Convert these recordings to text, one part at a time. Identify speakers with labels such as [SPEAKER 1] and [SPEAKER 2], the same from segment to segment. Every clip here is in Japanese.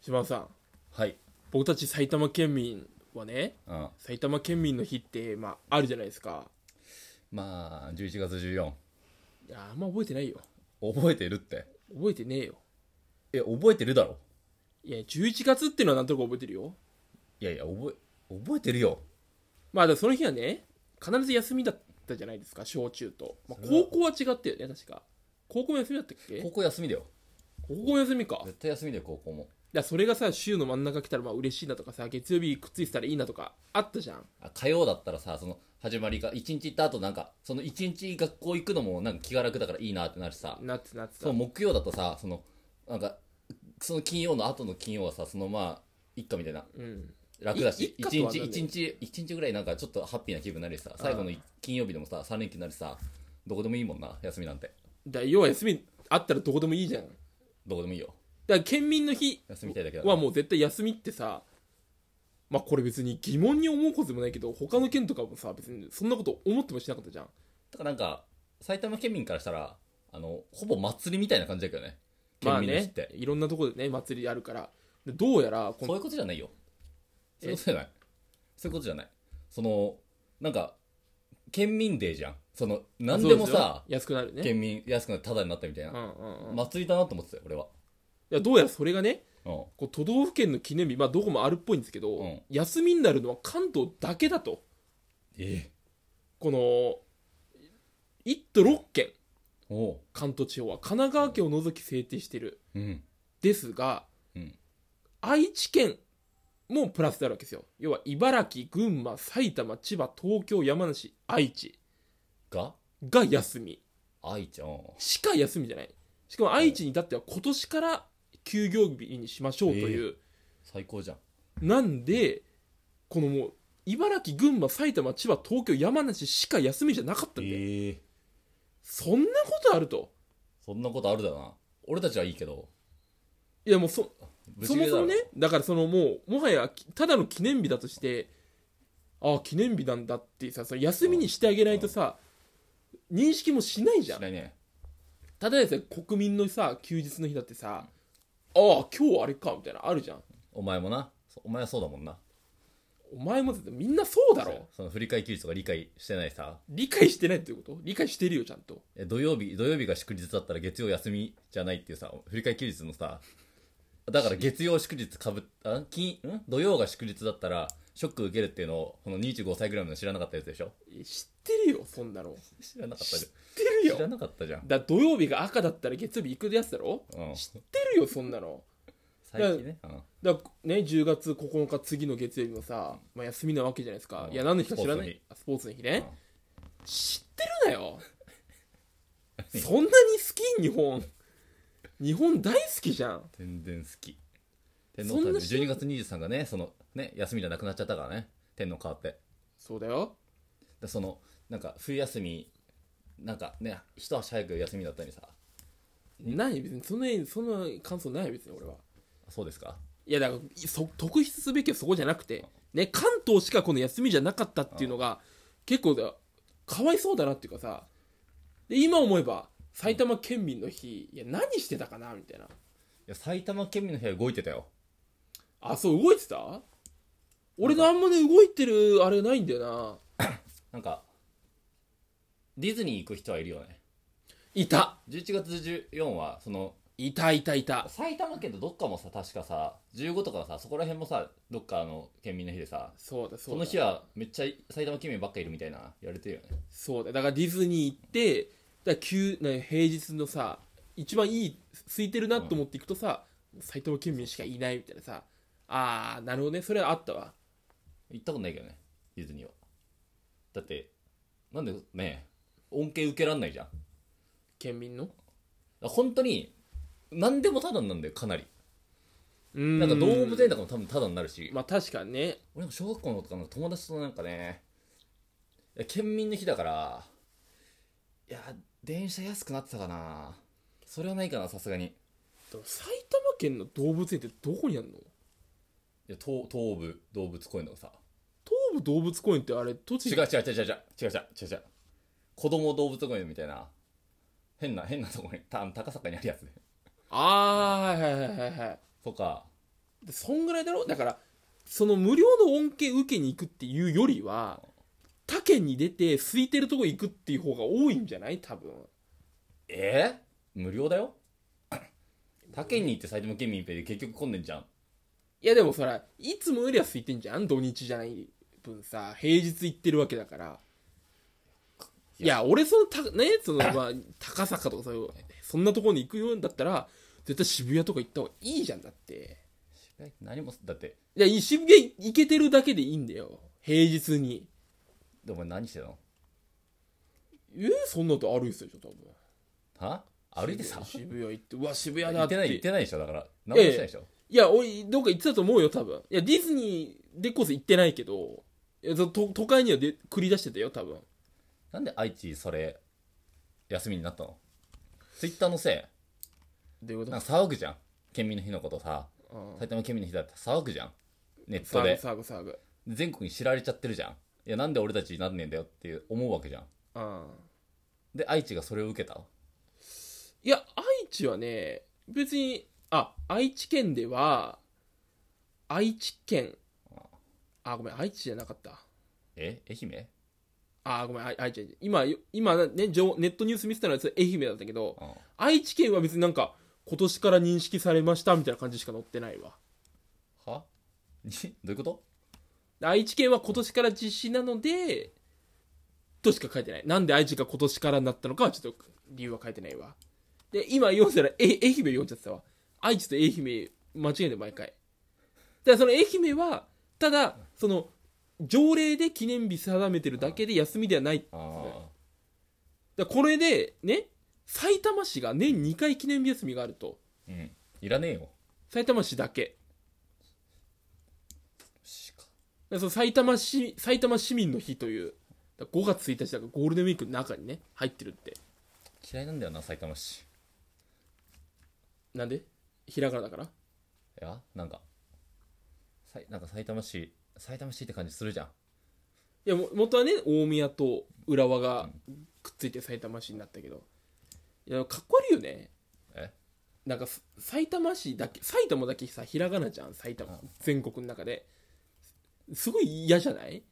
[SPEAKER 1] 島尾さん
[SPEAKER 2] はい、
[SPEAKER 1] 僕たち埼玉県民はね
[SPEAKER 2] うん、
[SPEAKER 1] 埼玉県民の日って、まあ、あるじゃないですか
[SPEAKER 2] まあ11月14
[SPEAKER 1] いやあんま覚えてないよ
[SPEAKER 2] 覚えてるって
[SPEAKER 1] 覚えてねえよ
[SPEAKER 2] え覚えてるだろ
[SPEAKER 1] いや11月っていうのはなんとなく覚えてるよ
[SPEAKER 2] いやいや覚え覚えてるよ
[SPEAKER 1] まあだからその日はね必ず休みだったじゃないですか小中と、まあ、
[SPEAKER 2] それ
[SPEAKER 1] 高
[SPEAKER 2] は
[SPEAKER 1] 校は違ったよね確か高校も休みだったっけ
[SPEAKER 2] 高
[SPEAKER 1] 高
[SPEAKER 2] 校休みだよ
[SPEAKER 1] 校休みかだか
[SPEAKER 2] 絶対休みだよ高校も
[SPEAKER 1] らそれがさ週の真ん中来たらまあ嬉しいなとかさ月曜日くっついてたらいいなとかあったじゃん
[SPEAKER 2] あ火曜だったらさその始まりが1日行った後なんかその1日学校行くのもなんか気が楽だからいいなってなるしさ
[SPEAKER 1] なってなってた
[SPEAKER 2] そう木曜だとさそのなんかその金曜の後の金曜はさそのまあ一家みたいな
[SPEAKER 1] うん
[SPEAKER 2] 楽だ
[SPEAKER 1] い
[SPEAKER 2] し
[SPEAKER 1] 一家
[SPEAKER 2] 一
[SPEAKER 1] とは
[SPEAKER 2] 日
[SPEAKER 1] なんだ
[SPEAKER 2] 一
[SPEAKER 1] よ
[SPEAKER 2] 日一日ぐらいなんかちょっとハッピーな気分になるしさ最後の金曜日でもさ3連休になるしさどこでもいいもんな休みなんて
[SPEAKER 1] だから要は休みあったらどこでもいいじゃんだか
[SPEAKER 2] どこでもいいよ
[SPEAKER 1] ら県民の日
[SPEAKER 2] 休みたいだけだ
[SPEAKER 1] はもう絶対休みってさまあこれ別に疑問に思うことでもないけど他の県とかもさ別にそんなこと思ってもしなかったじゃん
[SPEAKER 2] だからなんか埼玉県民からしたらあのほぼ祭りみたいな感じだけどね
[SPEAKER 1] ま
[SPEAKER 2] 県
[SPEAKER 1] あ
[SPEAKER 2] 民の日っ
[SPEAKER 1] ね
[SPEAKER 2] て、
[SPEAKER 1] いろんなところでね祭りあるからでどうやらこ
[SPEAKER 2] そうい
[SPEAKER 1] の
[SPEAKER 2] うことじゃないよ
[SPEAKER 1] え
[SPEAKER 2] そういうことじゃないそういうことじゃないそのなんか県民デーじゃんその何でも
[SPEAKER 1] そ
[SPEAKER 2] さ
[SPEAKER 1] うすよ安くなるね
[SPEAKER 2] 県民安くなってタダになったみたいな
[SPEAKER 1] う、んうんうんい
[SPEAKER 2] 祭りだなと思ってたよ俺は
[SPEAKER 1] やどうやらそれがね
[SPEAKER 2] う
[SPEAKER 1] こう都道府県の記念日まあどこもあるっぽいんですけど、
[SPEAKER 2] うん
[SPEAKER 1] 休みになるのは関東だけだと
[SPEAKER 2] んえ
[SPEAKER 1] この1都6県
[SPEAKER 2] えおう
[SPEAKER 1] 関東地方は神奈川県を除き制定している
[SPEAKER 2] うん
[SPEAKER 1] ですが
[SPEAKER 2] うん
[SPEAKER 1] 愛知県もプラスであるわけですよ要は茨城群馬埼玉千葉東京山梨愛知
[SPEAKER 2] が
[SPEAKER 1] が休み
[SPEAKER 2] 愛ちゃん
[SPEAKER 1] しか休みじゃないしかも愛知に至っては今年から休業日にしましょうという、
[SPEAKER 2] 最高じゃん
[SPEAKER 1] なんでこのもう茨城群馬埼玉千葉東京山梨しか休みじゃなかったんで、
[SPEAKER 2] ええ
[SPEAKER 1] そんなことあると
[SPEAKER 2] そんなことあるだな俺たちはいいけど
[SPEAKER 1] いやもうそ
[SPEAKER 2] ぶち
[SPEAKER 1] そ
[SPEAKER 2] 切
[SPEAKER 1] も
[SPEAKER 2] れだ
[SPEAKER 1] そ
[SPEAKER 2] ろ
[SPEAKER 1] もねだからそのもうもはやきただの記念日だとしてああ記念日なんだってさその休みにしてあげないとさ、認識もしないじゃ
[SPEAKER 2] し
[SPEAKER 1] ん
[SPEAKER 2] ないね
[SPEAKER 1] ただでさえ国民のさ休日の日だってさ、ああ今日あれかみたいなのあるじゃん
[SPEAKER 2] お前もなそお前はそうだもんな
[SPEAKER 1] お前もだってみんなそうだろ
[SPEAKER 2] その振り替え休日とか理解してないさ
[SPEAKER 1] 理解してないっていうこと理解してるよちゃんと
[SPEAKER 2] え土曜日土曜日が祝日だったら月曜休みじゃないっていうさ振り替え休日のさだから月曜祝日かぶっあ金ん土曜が祝日だったらショック受けるっていうのをこの25歳ぐらいまで知らなかったやつでしょ
[SPEAKER 1] いや知ってるよそんなの
[SPEAKER 2] 知らなかったじゃ
[SPEAKER 1] 知ってる
[SPEAKER 2] ん知ら
[SPEAKER 1] よ
[SPEAKER 2] なかったじゃん、
[SPEAKER 1] だ土曜日が赤だったら月曜日行くやつだろ
[SPEAKER 2] うん、
[SPEAKER 1] 知ってるよそんなの
[SPEAKER 2] 最近ね、うん、
[SPEAKER 1] だね10月9日次の月曜日もさ、まあ、休みなわけじゃないですか、
[SPEAKER 2] うん
[SPEAKER 1] いや何の日か知らないス
[SPEAKER 2] ス
[SPEAKER 1] ポーツの日ね、知ってるな よ
[SPEAKER 2] 何
[SPEAKER 1] そんなに好き日本日本大好きじゃん
[SPEAKER 2] 全然好き天
[SPEAKER 1] そ
[SPEAKER 2] 皇
[SPEAKER 1] んな
[SPEAKER 2] 誕
[SPEAKER 1] 知ら
[SPEAKER 2] 生日12月23がねそのね休みじゃなくなっちゃったからね天皇変わって
[SPEAKER 1] そうだよ
[SPEAKER 2] でそのなんか冬休みなんかね一足早く休みだったのにさ
[SPEAKER 1] ない別にそんなそんな感想ない別に俺は
[SPEAKER 2] そうですか
[SPEAKER 1] いやだからいそ特筆すべきはそこじゃなくて、ね、関東しかこの休みじゃなかったっていうのが結構だかわいそうだなっていうかさで今思えば埼玉県民の日いや何してたかなみたいない
[SPEAKER 2] や埼玉県民の部屋動いてたよ
[SPEAKER 1] あそう動いてた俺のあんまね動いてるあれないんだよな
[SPEAKER 2] なんかディズニー行く人はいるよね
[SPEAKER 1] いた
[SPEAKER 2] 11月14はその
[SPEAKER 1] いたいたいた
[SPEAKER 2] 埼玉県とどっかもさ確かさ15とかさそこら辺もさどっかの県民の日でさ
[SPEAKER 1] そうだそうだ
[SPEAKER 2] その日はめっちゃ埼玉県民ばっかいるみたいな言われてるよね
[SPEAKER 1] そうだだからディズニー行ってだから急な平日のさ一番いい空いてるなと思って行くとさ、埼玉県民しかいないみたいなさああなるほどねそれはあったわ
[SPEAKER 2] 行ったことないけどねディズニーはだってなんでね恩恵受けらんないじゃん
[SPEAKER 1] 県民の
[SPEAKER 2] 本当に何でもタダになるんだよかなり
[SPEAKER 1] な
[SPEAKER 2] なんか動物園とかも多分タダになるし
[SPEAKER 1] まあ確かにね
[SPEAKER 2] 俺なんか小学校のとかの友達となんかねいや県民の日だからいや電車安くなってたかなそれはないかなさすがにい
[SPEAKER 1] でも埼玉県の動物園ってどこにあるの
[SPEAKER 2] や東東武動物公園とかさ
[SPEAKER 1] 東武動物公園ってあれ栃
[SPEAKER 2] 違
[SPEAKER 1] 木
[SPEAKER 2] う違う違う違う違う違う違う違う違う子供動物公園みたいな変な変なとこにた高坂にあるやつね
[SPEAKER 1] ああはいはいはいはい
[SPEAKER 2] とか
[SPEAKER 1] でそんぐらいだろだからその無料の恩恵受けに行くっていうよりは他県に出て空いてるとこ行くっていう方が多いんじゃない多分
[SPEAKER 2] えー、無料だよ他県に行って埼玉県民ペイで結局混んでんじゃん
[SPEAKER 1] いやでもそらいつもよりは空いてんじゃん土日じゃない分さ平日行ってるわけだからいや俺そのたねそのまあ高坂とかそういうそんなところに行くようだったら絶対渋谷とか行った方がいいじゃんだって
[SPEAKER 2] え何もだって
[SPEAKER 1] いや渋谷行けてるだけでいいんだよ平日に
[SPEAKER 2] でお前何してんの
[SPEAKER 1] えーそんなと歩いてたでしょ多分
[SPEAKER 2] は歩いてさ
[SPEAKER 1] 渋谷行ってうわ渋谷だ
[SPEAKER 2] 行
[SPEAKER 1] っ
[SPEAKER 2] って
[SPEAKER 1] て
[SPEAKER 2] ない行ってないでしょだから何もしてないでしょ
[SPEAKER 1] いや、おい、どっか行ってたと思うよ、多分。いや、ディズニーでこそ行ってないけど、いやと都会にはで繰り出してたよ、多分。
[SPEAKER 2] なんで愛知それ休みになったのツイッターのせ
[SPEAKER 1] どういう
[SPEAKER 2] い
[SPEAKER 1] こ
[SPEAKER 2] なんか騒ぐじゃん県民の日のことさ
[SPEAKER 1] とうん
[SPEAKER 2] 埼玉県民の日だって騒ぐじゃんネット
[SPEAKER 1] 騒ぐ
[SPEAKER 2] で
[SPEAKER 1] 騒ぐ騒ぐ。
[SPEAKER 2] 全国に知られちゃってるじゃんいやなんで俺たちになんねえんだよっていう思うわけじゃん
[SPEAKER 1] うん。
[SPEAKER 2] で愛知がそれを受けた
[SPEAKER 1] いや、愛知はね、別に、あ、愛知県では、愛知県、あ、ごめん、愛知じゃなかった。
[SPEAKER 2] え愛媛
[SPEAKER 1] あ、ごめん、あい愛知愛知。今、よ今ね、情ネットニュース見てたのはそれ愛媛だったけど、
[SPEAKER 2] うん
[SPEAKER 1] 愛知県は別になんか、今年から認識されましたみたいな感じしか載ってないわ。
[SPEAKER 2] は にどういうこと
[SPEAKER 1] 愛知県は今年から実施なので、としか書いてない。なんで愛知が今年からになったのかはちょっと理由は書いてないわ。で、今読んだら、え、愛媛読んじゃってたわ。愛知と愛媛、間違えて毎回。だからその愛媛は、ただ、その、条例で記念日定めてるだけで休みではないっていうね。
[SPEAKER 2] あ
[SPEAKER 1] だからこれで、ね、埼玉市が年2回記念日休みがあると。
[SPEAKER 2] あうんいらねえよ
[SPEAKER 1] 埼玉市だけ。
[SPEAKER 2] しか
[SPEAKER 1] だからその埼玉市、埼玉市民の日という、だから5月1日だからゴールデンウィークの中にね、入ってるって。
[SPEAKER 2] 嫌いなんだよな埼玉市
[SPEAKER 1] なんでひらがなだから
[SPEAKER 2] いやなんかさいなんか埼玉市埼玉市って感じするじゃん
[SPEAKER 1] いや、も元はね、大宮と浦和がくっついて埼玉市になったけど、いや、かっこ悪いよね。
[SPEAKER 2] え
[SPEAKER 1] なんかす、埼玉市だけ、埼玉だけさ、ひらがなじゃん、埼玉、全国の中で。すごい嫌じゃない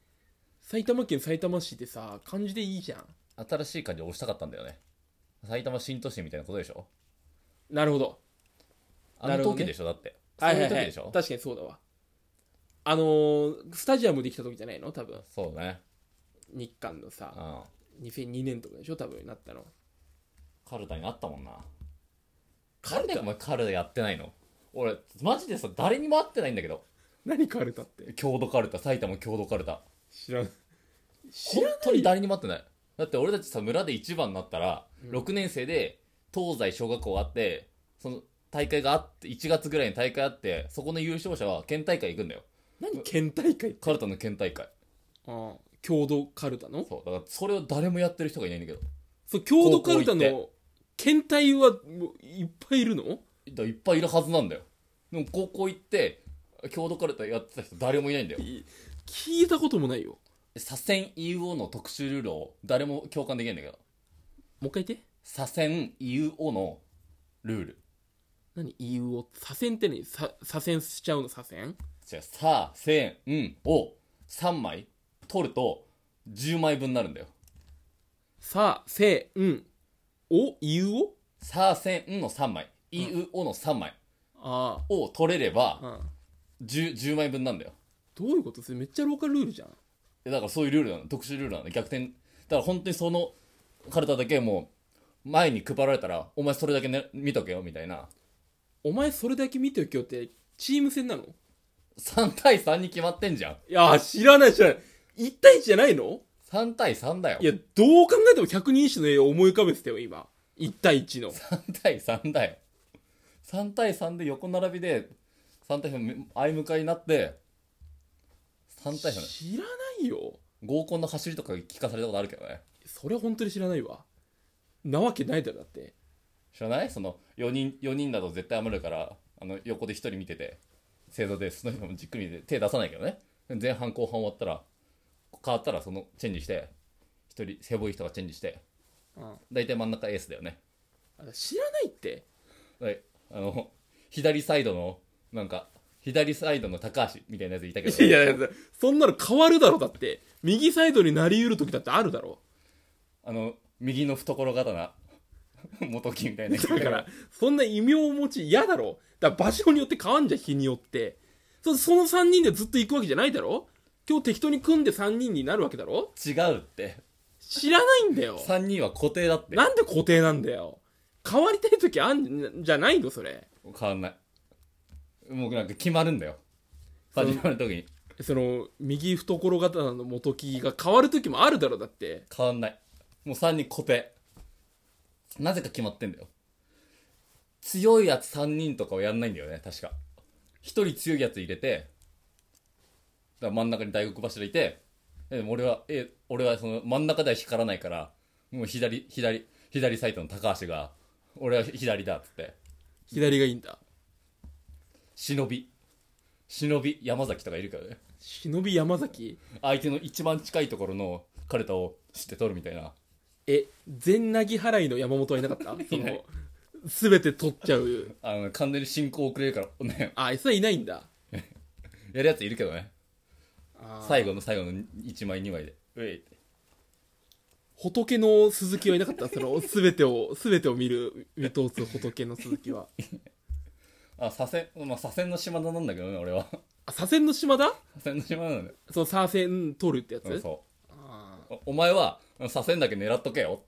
[SPEAKER 1] 埼玉県埼玉市ってさ、漢字でいいじゃん。
[SPEAKER 2] 新しい感じを押したかったんだよね埼玉新都心みたいなことでしょ
[SPEAKER 1] なるほど。
[SPEAKER 2] あの
[SPEAKER 1] なるほど
[SPEAKER 2] 時
[SPEAKER 1] ね
[SPEAKER 2] でしょ、だってそう
[SPEAKER 1] はいいうは
[SPEAKER 2] 時
[SPEAKER 1] いはい
[SPEAKER 2] でしょ、
[SPEAKER 1] 確かにそうだわあのースタジアムできた時じゃないの多分
[SPEAKER 2] そうね
[SPEAKER 1] 日韓のさ
[SPEAKER 2] うん
[SPEAKER 1] 2002年とかでしょ多分なったの
[SPEAKER 2] カルタになったもんな
[SPEAKER 1] カル
[SPEAKER 2] なんでお前カルタやってないの俺マジでさ誰にも会ってないんだけど
[SPEAKER 1] 何カルタって
[SPEAKER 2] 郷土カルタ埼玉郷土カルタ
[SPEAKER 1] 知らん知
[SPEAKER 2] 本
[SPEAKER 1] らん
[SPEAKER 2] 当に誰にも会ってないだって俺たちさ村で一番になったら、6年生で東西小学校があってその大会があって1月ぐらいに大会あってそこの優勝者は県大会行くんだよ
[SPEAKER 1] 何県大会
[SPEAKER 2] カルタの県大会
[SPEAKER 1] ああ郷土カルタの
[SPEAKER 2] そうだからそれを誰もやってる人がいないんだけど
[SPEAKER 1] そう郷土カルタ
[SPEAKER 2] 高校
[SPEAKER 1] の県大はもういっぱいいるの
[SPEAKER 2] だからいっぱいいるはずなんだよでも高校行って郷土カルタやってた人誰もいないんだよ
[SPEAKER 1] い聞いたこともないよ
[SPEAKER 2] 左遷 EUO の特殊ルールを誰も共感できないんだけど
[SPEAKER 1] もう一回言って
[SPEAKER 2] 左遷 EUO のルール
[SPEAKER 1] 何言うを左遷って何さ左遷しちゃうの左遷
[SPEAKER 2] じゃあ、さ、せん、んを3枚取ると10枚分になるんだよ。
[SPEAKER 1] させんお言うを
[SPEAKER 2] さ、せん、んの3枚、いう、おの3枚
[SPEAKER 1] あ
[SPEAKER 2] を取れれ
[SPEAKER 1] あう
[SPEAKER 2] ば
[SPEAKER 1] ん
[SPEAKER 2] 10, 10枚分なんだよ。
[SPEAKER 1] どういうことそれめっちゃローカルルールじゃん
[SPEAKER 2] えだからそういうルールなの、特殊ルールなの、逆転。だから本当にそのカルタだけもう前に配られたら、お前それだけ、ね、見とけよみたいな。
[SPEAKER 1] お前それだけ見ておきよってチーム戦なのい
[SPEAKER 2] 3対3に決まってんじゃん。
[SPEAKER 1] やー知らない知らない1対1じゃないの
[SPEAKER 2] 3対3だよ。
[SPEAKER 1] いやどう考えても100人一首の絵を思い浮かべてたよ今1対1の
[SPEAKER 2] 3対3だよ3対3で横並びで3対3相向かいになって3対3
[SPEAKER 1] 知らないよ
[SPEAKER 2] 合コンの走りとか聞かされたことあるけどね
[SPEAKER 1] それは本当に知らないわなわけないだろだって
[SPEAKER 2] 知らないその4人4人だと絶対余るからあの横で1人見てて正座でその人もじっくり見て手出さないけどね前半後半終わったら変わったらそのチェンジして1人背負い人がチェンジして
[SPEAKER 1] うん
[SPEAKER 2] 大体真ん中エースだよね
[SPEAKER 1] あ知らないって
[SPEAKER 2] はいあの左サイドのなんか左サイドの高橋みたいなやついたけど
[SPEAKER 1] いやいやいや、そんなの変わるだろ、だって。右サイドになり得る時だってあるだろ。
[SPEAKER 2] あの右の懐刀元木みたいなやつ
[SPEAKER 1] だから、そんな異名を持ち嫌だろ。だから場所によって変わんじゃん、日によって。そその3人でずっと行くわけじゃないだろ今日適当に組んで3人になるわけだろ
[SPEAKER 2] 違うって
[SPEAKER 1] 知らないんだよ。
[SPEAKER 2] 3人は固定だって
[SPEAKER 1] なんで固定なんだよ。変わりたい時あんじゃないの、それ。
[SPEAKER 2] 変わんないもうなんか決まるんだよ始まる時に
[SPEAKER 1] その、右懐刀の元木が変わる時もあるだろ、だって。
[SPEAKER 2] 変わんないもう3人固定なぜか決まってんだよ強いやつ3人とかはやんないんだよね確か1人強いやつ入れてだから真ん中に大黒柱いてでも俺はえ俺はその真ん中では光らないからもう左左左サイドの高橋が俺は左だっつって
[SPEAKER 1] 左がいいんだ。
[SPEAKER 2] 忍び忍び山崎とかいるからね
[SPEAKER 1] 忍び山崎
[SPEAKER 2] 相手の一番近いところの彼とを知って取るみたいな
[SPEAKER 1] え、全なぎ払いの山本はいなかったそ
[SPEAKER 2] な
[SPEAKER 1] の
[SPEAKER 2] い、
[SPEAKER 1] すべて取っちゃう。
[SPEAKER 2] あの完全に進行遅れるからね
[SPEAKER 1] あ、それいないんだ。
[SPEAKER 2] やるやついるけどね
[SPEAKER 1] あー
[SPEAKER 2] 最後の最後の1枚2枚でうえいって
[SPEAKER 1] 仏の鈴木はいなかったその、すべてを、 すべてを見る、見通す仏の鈴木は。
[SPEAKER 2] あ左遷まあ左遷の島田なんだけどね俺は
[SPEAKER 1] あ、左遷の島だ
[SPEAKER 2] 左遷の島田なんだよ
[SPEAKER 1] その左遷取るってや
[SPEAKER 2] うん
[SPEAKER 1] つ
[SPEAKER 2] そ
[SPEAKER 1] あー
[SPEAKER 2] うおお前は左遷だけ狙っとけよ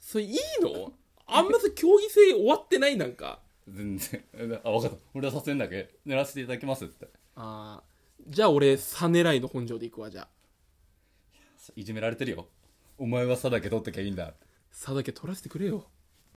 [SPEAKER 1] それいいのあんまさ、競技性終わってないなんか。
[SPEAKER 2] 全然 あ分かった俺は左遷だけ狙わせていただきますって
[SPEAKER 1] あーじゃあ俺、さ狙いの本性で行くわ、じゃあ。
[SPEAKER 2] いじめられてるよお前は左だけ取ってけいいんだ
[SPEAKER 1] さだけ取らせてくれよ。